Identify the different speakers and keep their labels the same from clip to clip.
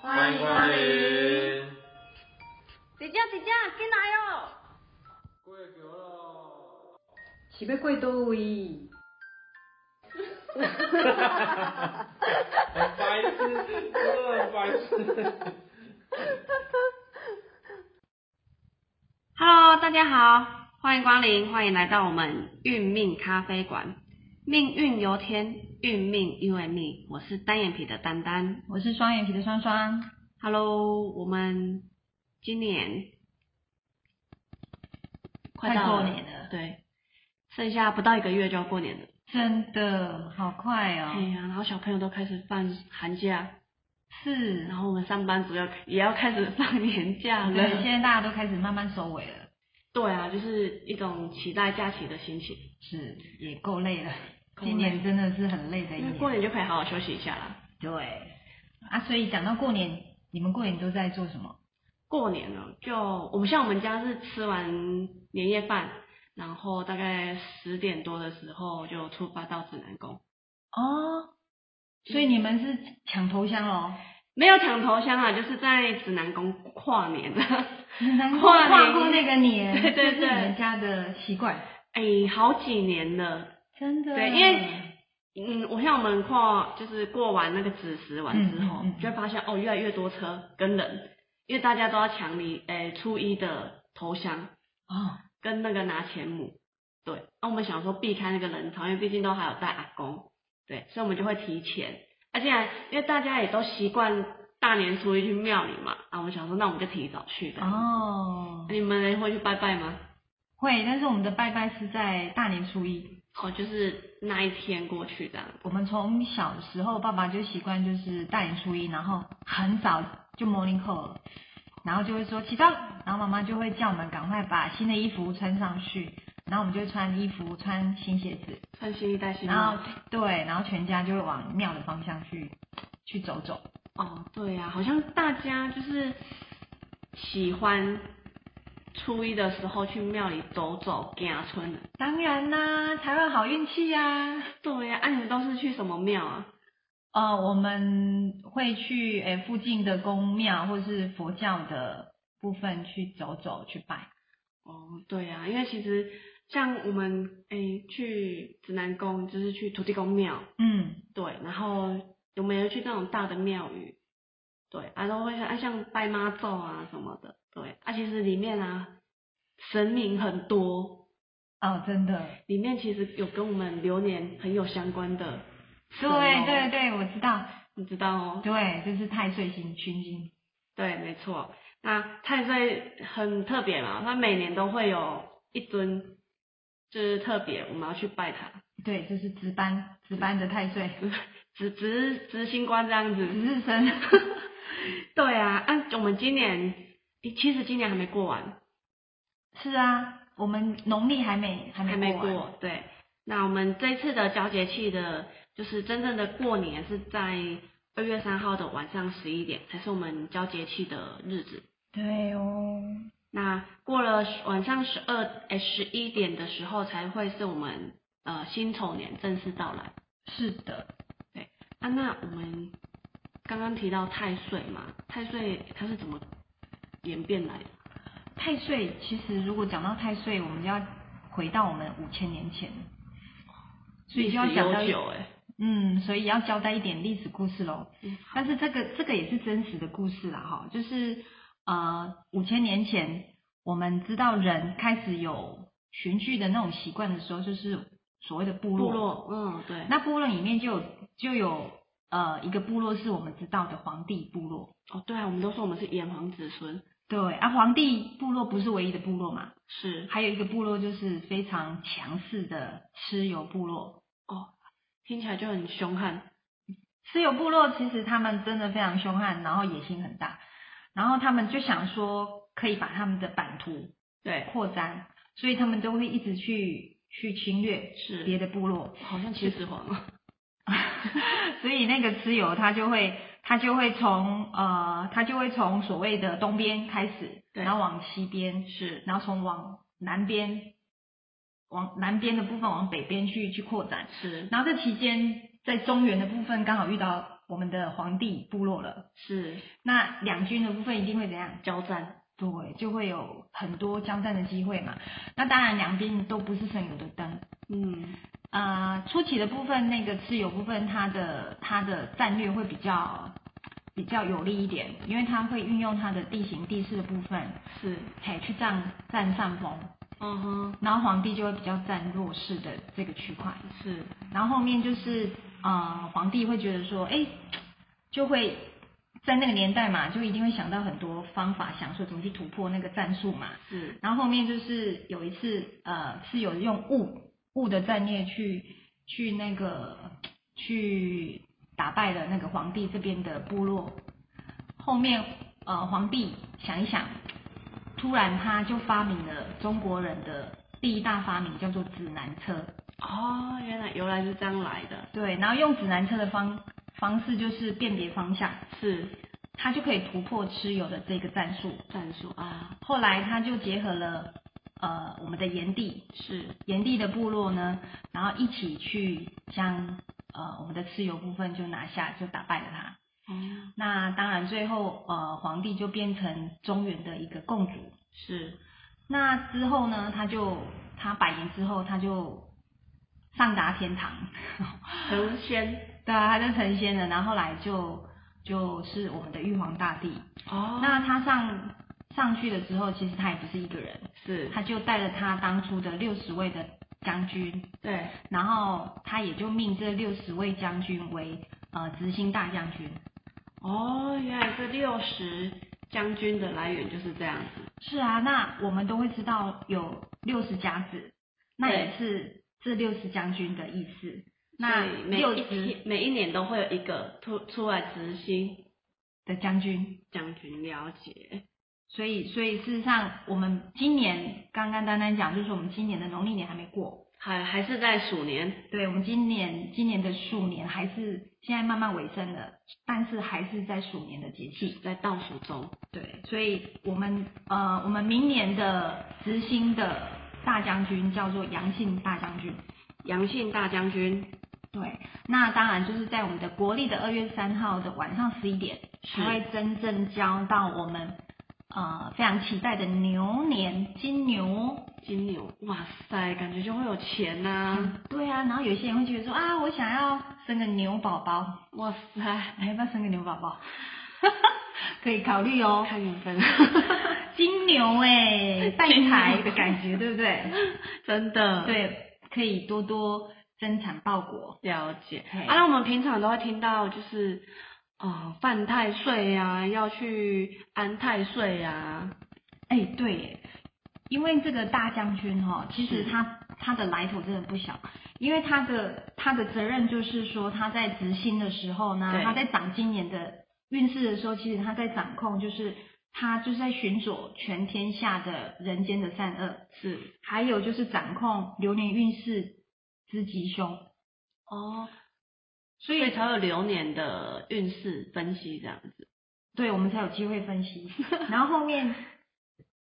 Speaker 1: 欢迎光临。
Speaker 2: 姐姐姐姐，进来哟、哦。
Speaker 3: 过桥咯。
Speaker 4: 是要过倒位？
Speaker 3: 哈哈哈！很白痴，真的很白痴。
Speaker 2: Hello，大家好，欢迎光临，欢迎来到我们运命咖啡馆。命运由天，运命由 me。我是单眼皮的丹丹，
Speaker 4: 我是双眼皮的双双。
Speaker 2: Hello，我们今年
Speaker 4: 快
Speaker 2: 到
Speaker 4: 过年了，
Speaker 2: 对，剩下不到一个月就要过年了。
Speaker 4: 真的好快哦！
Speaker 2: 对啊呀、然后小朋友都开始放寒假，
Speaker 4: 是，
Speaker 2: 然后我们上班族要也要开始放年假了。
Speaker 4: 对，啊现在大家都开始慢慢收尾了，
Speaker 2: 对啊，就是一种期待假期的心情。
Speaker 4: 是也够累了。
Speaker 2: 够累
Speaker 4: 今年真的是很累的一
Speaker 2: 因为
Speaker 4: 年。
Speaker 2: 过年就可以好好休息一下啦。
Speaker 4: 对啊，所以讲到过年，你们过年都在做什么？
Speaker 2: 过年了，就我们像我们家是吃完年夜饭，然后大概十点多的时候就出发到指南宫，
Speaker 4: 哦，所以你们是抢头香 喽？
Speaker 2: 没有抢头香啊，就是在指南宫跨年。
Speaker 4: 难
Speaker 2: 跨
Speaker 4: 怪跨
Speaker 2: 年
Speaker 4: 过那个年，
Speaker 2: 对对
Speaker 4: 这是你
Speaker 2: 对
Speaker 4: 们，家的习惯，
Speaker 2: 哎、好几年了。
Speaker 4: 真的。
Speaker 2: 对因为嗯，我像我们跨就是过完那个子时完之后，
Speaker 4: 嗯嗯嗯
Speaker 2: 就会发现哦，越来越多车跟人，因为大家都要抢你哎初一的头香
Speaker 4: 哦，
Speaker 2: 跟那个拿钱母。对，那、我们想说避开那个人潮，因为毕竟都还有带阿公，对，所以我们就会提前。而且因为大家也都习惯大年初一去庙里嘛，啊，我们想说那我们就提早去的。
Speaker 4: 哦，
Speaker 2: 你们会去拜拜吗？
Speaker 4: 会，但是我们的拜拜是在大年初一。
Speaker 2: 哦，就是那一天过去这样。
Speaker 4: 我们从小时候，爸爸就习惯就是大年初一，然后很早就 morning call，然后就会说起床，然后妈妈就会叫我们赶快把新的衣服穿上去，然后我们就穿衣服、穿新鞋子，
Speaker 2: 穿新衣戴新
Speaker 4: 然
Speaker 2: 帽
Speaker 4: 后。对，然后全家就会往庙的方向去去走走。
Speaker 2: 哦，对呀、好像大家就是喜欢初一的时候去庙里走走、行村。
Speaker 4: 当然啦、才会有好运气呀、
Speaker 2: 对呀、啊，你们都是去什么庙啊？
Speaker 4: 呃，我们会去诶附近的宫庙或是佛教的部分去走走去拜。
Speaker 2: 哦，对呀、因为其实像我们诶去指南宫，就是去土地公庙，
Speaker 4: 嗯，
Speaker 2: 对，然后有没有去那种大的庙宇？对，啊，都会像啊像拜妈咒啊什么的，对，啊，其实里面啊神明很多，
Speaker 4: 哦，真的，
Speaker 2: 里面其实有跟我们流年很有相关的神哦，
Speaker 4: 对对对，我知道，
Speaker 2: 你知道哦，
Speaker 4: 对，这是太岁星群星，
Speaker 2: 对，没错。那太岁很特别嘛，它每年都会有一尊，就是特别，我们要去拜它，
Speaker 4: 对，这是值班值班的太岁，
Speaker 2: 执执执行官这样子。
Speaker 4: 值日生，
Speaker 2: 对啊，按、我们今年，诶其实今年还没过完，
Speaker 4: 是啊，我们农历还没还
Speaker 2: 还
Speaker 4: 没
Speaker 2: 没
Speaker 4: 过完，
Speaker 2: 过。对，那我们这次的交节气的，就是真正的过年是在二月三号的晚上十一点，才是我们交节气的日子。
Speaker 4: 对哦，
Speaker 2: 那过了晚上十二哎十一点的时候，才会是我们呃辛丑年正式到来
Speaker 4: 是的，
Speaker 2: 啊。那我们刚刚提到太岁嘛，太岁它是怎么演变来的？
Speaker 4: 太岁其实如果讲到太岁，我们就要回到我们五千年前，所以就要讲到
Speaker 2: 历史悠久哎、
Speaker 4: 嗯，所以要交代一点历史故事喽。
Speaker 2: 嗯
Speaker 4: 但是这个这个也是真实的故事啦，哈，就是呃五千年前，我们知道人开始有群聚的那种习惯的时候，就是所谓的部落。
Speaker 2: 部落，嗯，对，
Speaker 4: 那部落里面就有就有呃一个部落是我们知道的皇帝部落。
Speaker 2: 哦对啊，我们都说我们是炎黄子孙，
Speaker 4: 对啊，皇帝部落不是唯一的部落嘛，
Speaker 2: 是
Speaker 4: 还有一个部落就是非常强势的蚩尤部落。
Speaker 2: 哦，听起来就很凶悍，
Speaker 4: 蚩尤部落其实他们真的非常凶悍，然后野心很大，然后他们就想说可以把他们的版图
Speaker 2: 对，
Speaker 4: 扩张，所以他们都会一直去去侵略
Speaker 2: 是
Speaker 4: 别的 部落，
Speaker 2: 好像秦始皇啊，
Speaker 4: 所以那个蚩尤他就会他就会从呃他就会从所谓的东边开始，
Speaker 2: 对
Speaker 4: 然后往西边，
Speaker 2: 是
Speaker 4: 然后从往南边往南边的部分往北边去去扩展，
Speaker 2: 是
Speaker 4: 然后这期间在中原的部分刚好遇到我们的皇帝部落了，
Speaker 2: 是
Speaker 4: 那两军的部分一定会怎样？
Speaker 2: 交战，
Speaker 4: 对，就会有很多交战的机会嘛。那当然，两边都不是省油的灯，
Speaker 2: 嗯，
Speaker 4: 呃，初期的部分，那个自由部分，它的它的战略会比较比较有利一点，因为它会运用它的地形地势的部分，
Speaker 2: 是，
Speaker 4: 嘿，去占占上风，
Speaker 2: 嗯哼，
Speaker 4: 然后皇帝就会比较占弱势的这个区块，
Speaker 2: 是
Speaker 4: 然后后面就是呃，皇帝会觉得说，哎，就会在那个年代嘛，就一定会想到很多方法，想说怎么去突破那个战术嘛，
Speaker 2: 是，
Speaker 4: 然后后面就是有一次，呃，是有用物物的战略去去那个去打败了那个皇帝这边的部落。后面呃，皇帝想一想，突然他就发明了中国人的第一大发明，叫做指南车。
Speaker 2: 哦，原来由来是这样来的，
Speaker 4: 对，然后用指南车的方方式就是辨别方向，
Speaker 2: 是
Speaker 4: 他就可以突破蚩尤的这个战术。
Speaker 2: 战术啊，
Speaker 4: 后来他就结合了呃我们的炎帝，
Speaker 2: 是
Speaker 4: 炎帝的部落呢，然后一起去将呃我们的蚩尤部分就拿下，就打败了他。
Speaker 2: 哦，
Speaker 4: 那当然最后呃皇帝就变成中原的一个共主。
Speaker 2: 是
Speaker 4: 那之后呢，他就他百年之后他就上达天堂，
Speaker 2: 成仙
Speaker 4: 对啊，他就成仙了，然后后来就就是我们的玉皇大帝。
Speaker 2: 哦，
Speaker 4: 那他上上去了之后，其实他也不是一个人，
Speaker 2: 是
Speaker 4: 他就带着他当初的六十位的将军，
Speaker 2: 对
Speaker 4: 然后他也就命这六十位将军为呃执行大将军。
Speaker 2: 哦，原来这六十将军的来源就是这样子，
Speaker 4: 是啊，那我们都会知道有六十甲子，那也是这六十将军的意思。那
Speaker 2: 所以每
Speaker 4: 六
Speaker 2: 一
Speaker 4: 十
Speaker 2: 天每一年都会有一个突出来执行
Speaker 4: 的将军，
Speaker 2: 将军了解，
Speaker 4: 所以所以事实上，我们今年刚刚丹丹讲，就是我们今年的农历年还没过，
Speaker 2: 还还是在鼠年，
Speaker 4: 对我们今年今年的鼠年还是现在慢慢尾声了，但是还是在鼠年的节气。
Speaker 2: 在倒数中，
Speaker 4: 对，所以我们呃，我们明年的执行的大将军叫做阳性大将军。
Speaker 2: 阳性大将军
Speaker 4: 对，那当然就是在我们的国历的二月三号的晚上十一点，才会真正交到我们呃非常期待的牛年金牛。
Speaker 2: 金牛，哇塞，感觉就会有钱呐、
Speaker 4: 对啊，然后有些人会觉得说啊，我想要生个牛宝宝，哎
Speaker 2: 哇塞，
Speaker 4: 你要不要生个牛宝宝？可以考虑哦，
Speaker 2: 看缘分，
Speaker 4: 金牛哎、带
Speaker 2: 金牛
Speaker 4: 财的感觉，对不对？
Speaker 2: 真的，
Speaker 4: 对，可以多多增产报国。
Speaker 2: 了解。
Speaker 4: 嘿
Speaker 2: 啊，那我们平常都会听到就是，呃，犯太岁呀、要去安太岁啊呀、
Speaker 4: 哎、对耶，因为这个大将军哈、其实
Speaker 2: 是
Speaker 4: 他他的来头真的不小，因为他的他的责任就是说他在执行的时候呢，
Speaker 2: 对
Speaker 4: 他在掌今年的运势的时候，其实他在掌控就是。他就是在巡佐全天下的人间的善恶，
Speaker 2: 是
Speaker 4: 还有就是掌控流年运势之吉凶，
Speaker 2: 哦，所
Speaker 4: 所
Speaker 2: 以
Speaker 4: 以
Speaker 2: 才有流年的运势分析这样子。
Speaker 4: 对我们才有机会分 析。然后后面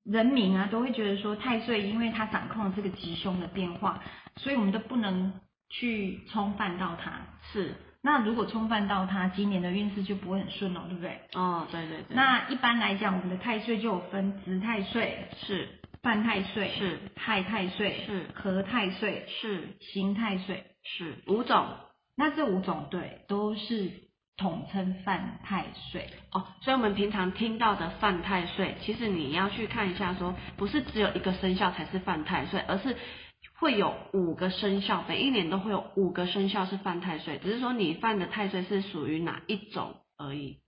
Speaker 4: 人民啊都会觉得说太岁，因为他掌控了这个吉凶的变化，所以我们都不能去冲犯到他。
Speaker 2: 是
Speaker 4: 那如果冲犯到他，今年的运势就不会很顺哦，对不对？
Speaker 2: 哦，对对对，
Speaker 4: 那一般来讲，我们的太岁就有分值太岁、
Speaker 2: 是
Speaker 4: 犯太岁、
Speaker 2: 是
Speaker 4: 害太岁、
Speaker 2: 是
Speaker 4: 合太岁、
Speaker 2: 是
Speaker 4: 刑太岁。
Speaker 2: 是五种
Speaker 4: 那这五种对都是统称犯太岁。
Speaker 2: 哦，所以我们平常听到的犯太岁，其实你要去看一下说不是只有一个生肖才是犯太岁，而是会有五个生肖，每一年都会有五个生肖是犯太岁，只是说你犯的太岁是属于哪一种而已。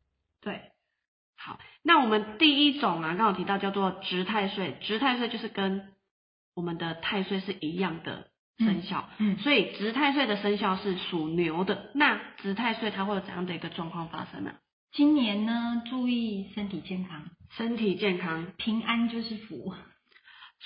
Speaker 4: 对，
Speaker 2: 好，那我们第一种啊，刚好提到叫做值太岁，值太岁就是跟我们的太岁是一样的生肖，
Speaker 4: 嗯
Speaker 2: 所以值太岁的生肖是属牛的。那值太岁它会有怎样的一个状况发生呢、
Speaker 4: 今年呢，注意身体健康，
Speaker 2: 身体健康，
Speaker 4: 平安就是福。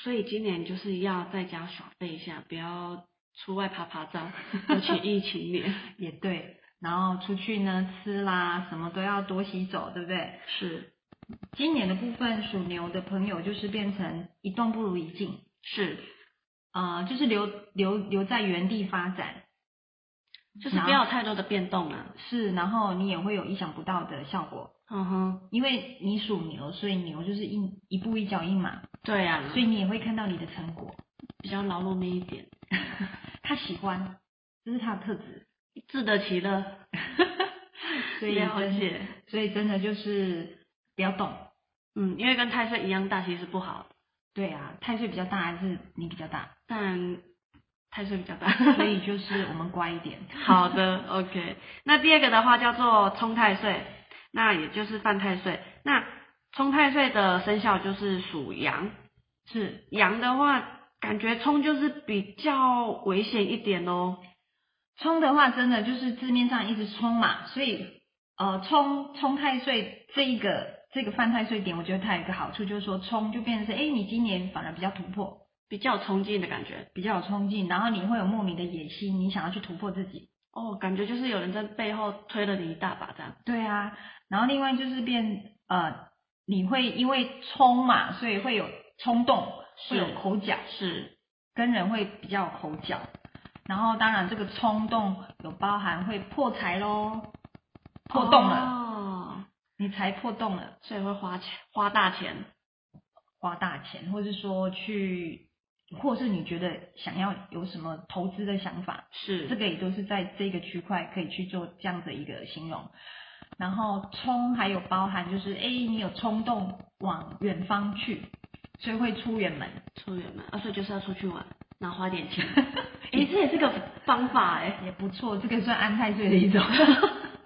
Speaker 2: 所以今年就是要在家耍废一下，不要出外爬爬 照，尤其疫情年
Speaker 4: 也对，然后出去呢吃啦，什么都要多洗手，对不对？
Speaker 2: 是
Speaker 4: 今年的部分属牛的朋友就是变成一动不如一静，
Speaker 2: 是
Speaker 4: 呃，就是留留留在原地发展，
Speaker 2: 就是不要有太多的变动啊。
Speaker 4: 是，然后你也会有意想不到的效果，
Speaker 2: 嗯哼，
Speaker 4: 因为你属牛，所以牛就是一一步一脚印嘛，
Speaker 2: 对啊，
Speaker 4: 所以你也会看到你的成果。
Speaker 2: 比较劳碌命一点，
Speaker 4: 他喜欢，这是他的特质，
Speaker 2: 自得其乐。
Speaker 4: 所以
Speaker 2: 了
Speaker 4: 真
Speaker 2: 解，
Speaker 4: 所以真的就是不要动。
Speaker 2: 嗯，因为跟太岁一样大，其实是不好的，
Speaker 4: 对啊，太岁比较大还是你比较大？
Speaker 2: 但太岁比较大。
Speaker 4: 所以就是我们乖一点。
Speaker 2: 好的，OK。那第二个的话叫做冲太岁，那也就是犯太岁。那冲太岁的生肖就是属羊，
Speaker 4: 是
Speaker 2: 羊的话感觉冲就是比较危险一点哦。
Speaker 4: 冲的话，真的就是字面上一直冲嘛，所以呃，冲冲太岁这一个这个犯太岁点，我觉得它有一个好处，就是说冲就变成是，哎，你今年反而比较突破，
Speaker 2: 比较有冲劲的感觉
Speaker 4: 比较有冲劲，然后你会有莫名的野心，你想要去突破自己。
Speaker 2: 哦，感觉就是有人在背后推了你一大把这样。
Speaker 4: 对啊，然后另外就是变呃，你会因为冲嘛，所以会有冲动，会有
Speaker 2: 是
Speaker 4: 口角，
Speaker 2: 是，
Speaker 4: 跟人会比较有口角。然后当然这个冲动有包含会破财喽，破洞了，
Speaker 2: 哦，
Speaker 4: 你财破洞了，
Speaker 2: 所以会花钱花大钱。
Speaker 4: 花大钱，或是说去，或是你觉得想要有什么投资的想法，这
Speaker 2: 是
Speaker 4: 个也都是在这个区块可以去做这样的一个形容。然后冲还有包含就是，哎，你有冲动往远方去，所以会出远门。
Speaker 2: 出远门，啊，所以就是要出去玩，然后花点 钱。哎、这也是个方法哎、
Speaker 4: 也不错，这个算安太岁的一种。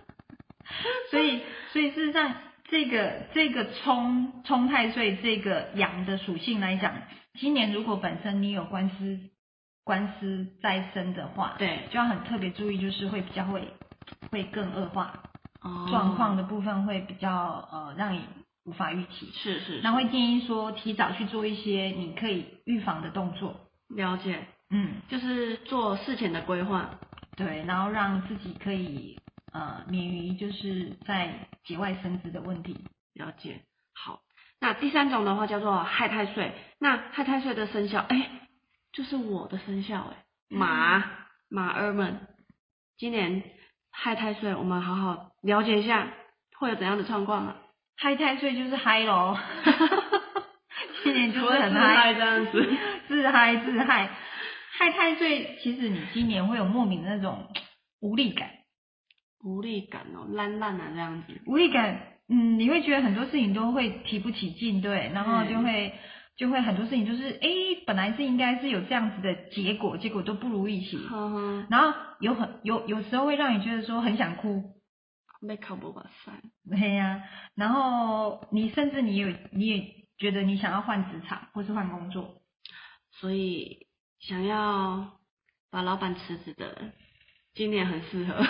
Speaker 4: 所以，所以事实上，这个这个冲冲太岁这个阳的属性来讲，今年如果本身你有官司官司在身的话，
Speaker 2: 对
Speaker 4: 就要很特别注意，就是会比较会会更恶化，
Speaker 2: 哦
Speaker 4: 状况的部分会比较呃让你无法预期。
Speaker 2: 是是，
Speaker 4: 那会建议说提早去做一些你可以预防的动作，
Speaker 2: 了解，
Speaker 4: 嗯，
Speaker 2: 就是做事前的规划，
Speaker 4: 对，然后让自己可以呃免于就是在节外生枝的问题。
Speaker 2: 了解。好，那第三种的话叫做害太岁，那害太岁的生肖，哎、就是我的生肖、哎，马马儿们，今年害太岁，我们好好了解一下会有怎样的状况啊？
Speaker 4: 嗨太岁就是嗨喽， 今年就是很
Speaker 2: 自
Speaker 4: 嗨，
Speaker 2: 这样子，
Speaker 4: 自嗨自嗨。嗨太岁，其实你今年会有莫名的那种无力感，
Speaker 2: 无力感哦，烂烂啊这样子，
Speaker 4: 无力感，嗯，你会觉得很多事情都会提不起劲，对，然后就
Speaker 2: 嗯
Speaker 4: 会。就会很多事情就是，诶，本来是应该是有这样子的结果，结果都不如预期，
Speaker 2: 呵呵，
Speaker 4: 然后有很有有时候会让你觉得说很想哭，
Speaker 2: 被考不把塞，
Speaker 4: 对呀、然后你甚至你有你也觉得你想要换职场或是换工作，
Speaker 2: 所以想要把老板辞职的人，今年很适合。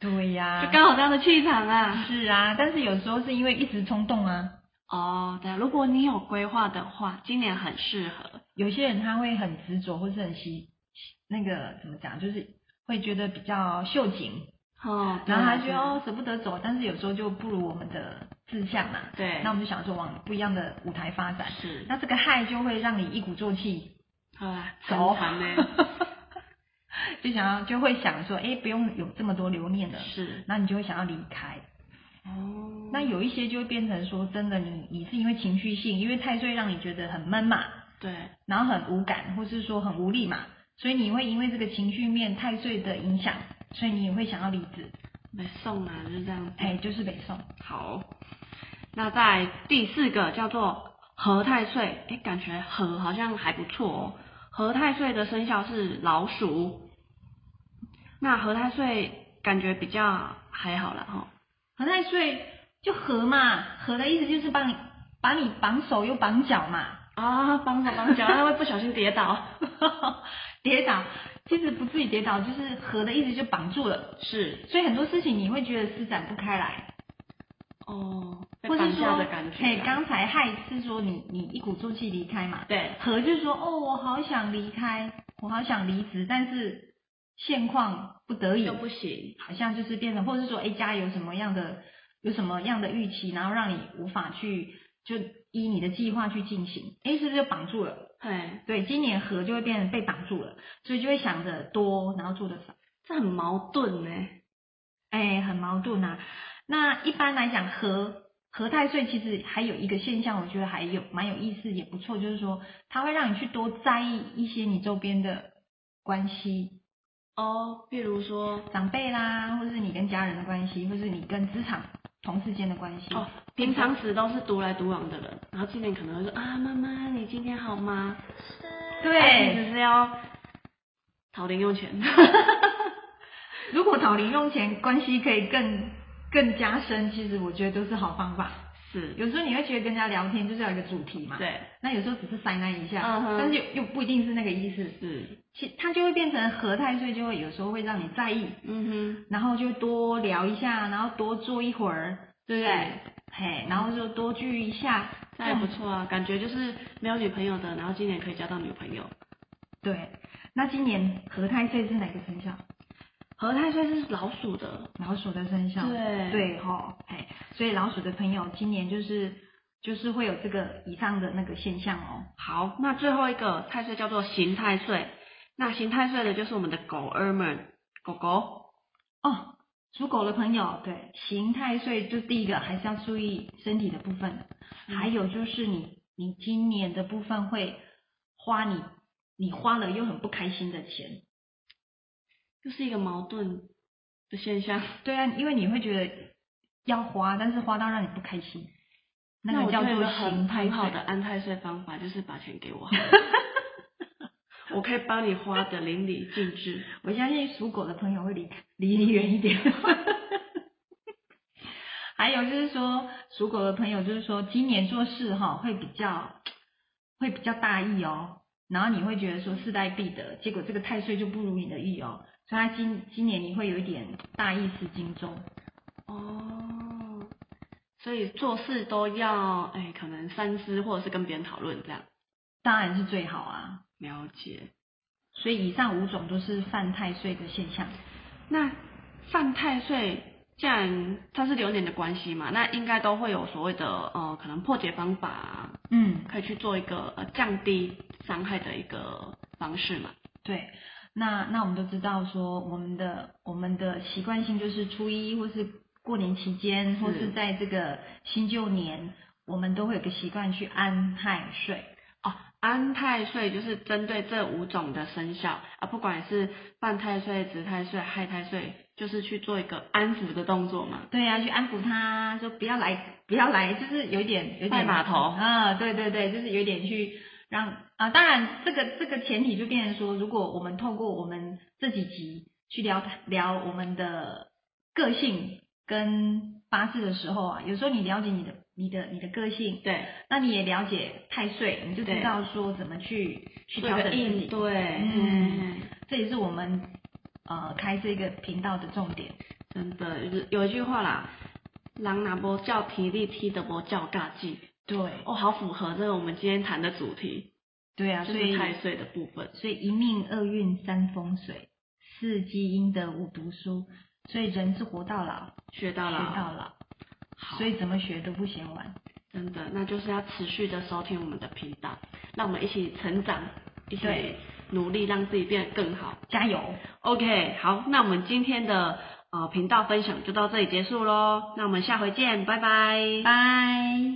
Speaker 4: 对呀
Speaker 2: 就刚好这样的气场啊。
Speaker 4: 是啊，但是有时候是因为一时冲动啊，
Speaker 2: 哦，对，如果你有规划的话，今年很适合。
Speaker 4: 有些人他会很执着或是很习那个怎么讲，就是会觉得比较秀景，
Speaker 2: 哦，对
Speaker 4: 然后他就
Speaker 2: 对
Speaker 4: 哦舍不得走，但是有时候就不如我们的志向嘛，
Speaker 2: 对
Speaker 4: 那我们就想说往不一样的舞台发展，
Speaker 2: 是，
Speaker 4: 那这个害就会让你一鼓作气，
Speaker 2: 好啦，
Speaker 4: 走
Speaker 2: 很 惨呢。
Speaker 4: 就想要就会想说，哎，不用有这么多留念了，
Speaker 2: 是，
Speaker 4: 那你就会想要离开。
Speaker 2: 哦，
Speaker 4: 那有一些就会变成说，真的你你是因为情绪性，因为太岁让你觉得很闷嘛，
Speaker 2: 哦对，
Speaker 4: 然后很无感，或是说很无力嘛，所以你会因为这个情绪面太岁的影响，所以你也会想要离职，
Speaker 2: 没送啊，就是这样子。
Speaker 4: 哎，就是北宋。
Speaker 2: 好，那在第四个叫做何太岁，哎，感觉何好像还不错哦。何太岁的生肖是老鼠，那何太岁感觉比较还好啦哈。
Speaker 4: 合太岁就合嘛，合的意思就是帮你把你绑手又绑脚嘛，
Speaker 2: 啊，帮手帮 脚，他会不小心跌倒。
Speaker 4: 跌倒其实不至于跌倒，就是合的意思就绑住了，
Speaker 2: 是
Speaker 4: 所以很多事情你会觉得施展不开来。
Speaker 2: 哦，被
Speaker 4: 或是
Speaker 2: 绑架
Speaker 4: 说
Speaker 2: 的感觉啊。
Speaker 4: 嘿，刚才害是说你你一鼓作气离开嘛，
Speaker 2: 对
Speaker 4: 和就是说哦，我好想离开，我好想离职，但是现况不得已
Speaker 2: 又，不行，
Speaker 4: 好像就是变成，或是说哎家有什么样的有什么样的预期，然后让你无法去就依你的计划去进行，哎，是不是就绑住了？
Speaker 2: 嘿，
Speaker 4: 对，今年和就会变成被绑住了，所以就会想着多，然后做的少。
Speaker 2: 这很矛盾呢、
Speaker 4: 哎，很矛盾啊。那一般来讲，合合太岁其实还有一个现象，我觉得还有蛮有意思，也不错，就是说它会让你去多在意一些你周边的关系，
Speaker 2: 哦，比如说，
Speaker 4: 长辈啦，或是你跟家人的关系，或是你跟职场同事间的关系。
Speaker 2: 哦，平常时都是独来独往的人，然后今天可能会说啊，妈妈，你今天好吗？其
Speaker 4: 对，
Speaker 2: 实是要讨零用 钱。
Speaker 4: 如果讨零用钱关系可以更更加深，其实我觉得都是好方法。
Speaker 2: 是，
Speaker 4: 有时候你会觉得跟人家聊天就是要有一个主题嘛，。
Speaker 2: 对，
Speaker 4: 那有时候只是塞那一下，
Speaker 2: 嗯哼
Speaker 4: 但是又又不一定是那个意思。
Speaker 2: 是，
Speaker 4: 其它就会变成合太岁，就会有时候会让你在意，
Speaker 2: 嗯
Speaker 4: 然后就多聊一下，然后多坐一会儿，对不对
Speaker 2: 是？
Speaker 4: 嘿，然后就多聚一下，
Speaker 2: 哼，那也不错啊，感觉就是没有女朋友的，然后今年可以交到女朋友。
Speaker 4: 对，那今年合太岁是哪个生肖？
Speaker 2: 何太岁是老鼠的，
Speaker 4: 老鼠的生肖。
Speaker 2: 对
Speaker 4: 对吼，哎，所以老鼠的朋友今年就是就是会有这个以上的那个现象哦。
Speaker 2: 好，那最后一个太岁叫做刑太岁，那刑太岁的就是我们的狗儿们，狗狗。
Speaker 4: 哦，属狗的朋友，对，刑太岁就第一个还是要注意身体的部分，
Speaker 2: 嗯
Speaker 4: 还有就是你你今年的部分会花你你花了又很不开心的钱，
Speaker 2: 又是一个矛盾的现象。
Speaker 4: 对啊，因为你会觉得要花，但是花到让你不开心，那
Speaker 2: 我
Speaker 4: 个叫
Speaker 2: 就有一
Speaker 4: 做
Speaker 2: 个
Speaker 4: 刑
Speaker 2: 很
Speaker 4: 太
Speaker 2: 很好
Speaker 4: 岁
Speaker 2: 的。安太岁方法，就是把钱给我 好了，我可以帮你花的淋漓尽致。
Speaker 4: 我相信属狗的朋友会离离你远一点。 还有就是说，属狗的朋友就是说，今年做事哈会比较会比较大意哦，然后你会觉得说势在必得，结果这个太岁就不如你的意哦，所以他今今年你会有一点大意失荆州。
Speaker 2: 哦，所以做事都要哎，可能三思，或者是跟别人讨论这样。
Speaker 4: 当然是最好啊。
Speaker 2: 了解。
Speaker 4: 所以以上五种都是犯太岁的现象。
Speaker 2: 那犯太岁，既然它是流年的关系嘛，那应该都会有所谓的呃，可能破解方法啊、
Speaker 4: 嗯，
Speaker 2: 可以去做一个呃降低伤害的一个方式嘛。
Speaker 4: 对，那那我们都知道说，我们的我们的习惯性就是初一或是过年期间，或是在这个新旧年，我们都会有个习惯去安太岁。
Speaker 2: 哦，安太岁就是针对这五种的生肖啊，不管是犯太岁、子太岁、亥太岁，就是去做一个安抚的动作嘛。
Speaker 4: 对呀、啊去安抚他，说不要来，不要来，就是有一点有一
Speaker 2: 拜
Speaker 4: 点
Speaker 2: 码头
Speaker 4: 啊，对对对，就是有一点去让啊，当然这个这个前提就变成说，如果我们透过我们这几集去聊聊我们的个性跟八字的时候啊，有时候你了解你的你的你的个性，
Speaker 2: 对，
Speaker 4: 那你也了解太岁，你就知
Speaker 2: 对
Speaker 4: 道说怎么去去
Speaker 2: 做
Speaker 4: 调
Speaker 2: 一个
Speaker 4: 整自
Speaker 2: 应
Speaker 4: 己。
Speaker 2: 对，
Speaker 4: 嗯，这也是我们呃开这个频道的重点。
Speaker 2: 真的有有一句话啦，狼拿波叫体力，踢得波叫尬技。
Speaker 4: 对
Speaker 2: 哦，好符合这个我们今天谈的主题，
Speaker 4: 对啊，
Speaker 2: 就
Speaker 4: 所以
Speaker 2: 是太岁的部分。
Speaker 4: 所以一命二运三风水，四积阴德五读书，所以人是活到老，
Speaker 2: 学到了，
Speaker 4: 学到老，
Speaker 2: 好，
Speaker 4: 所以怎么学都不嫌晚。
Speaker 2: 真的，那就是要持续的收听我们的频道，让我们一起成长，一起
Speaker 4: 对
Speaker 2: 努力，让自己变得更好。
Speaker 4: 加油！
Speaker 2: OK，好，那我们今天的呃频道分享就到这里结束喽，那我们下回见，拜拜。
Speaker 4: 拜。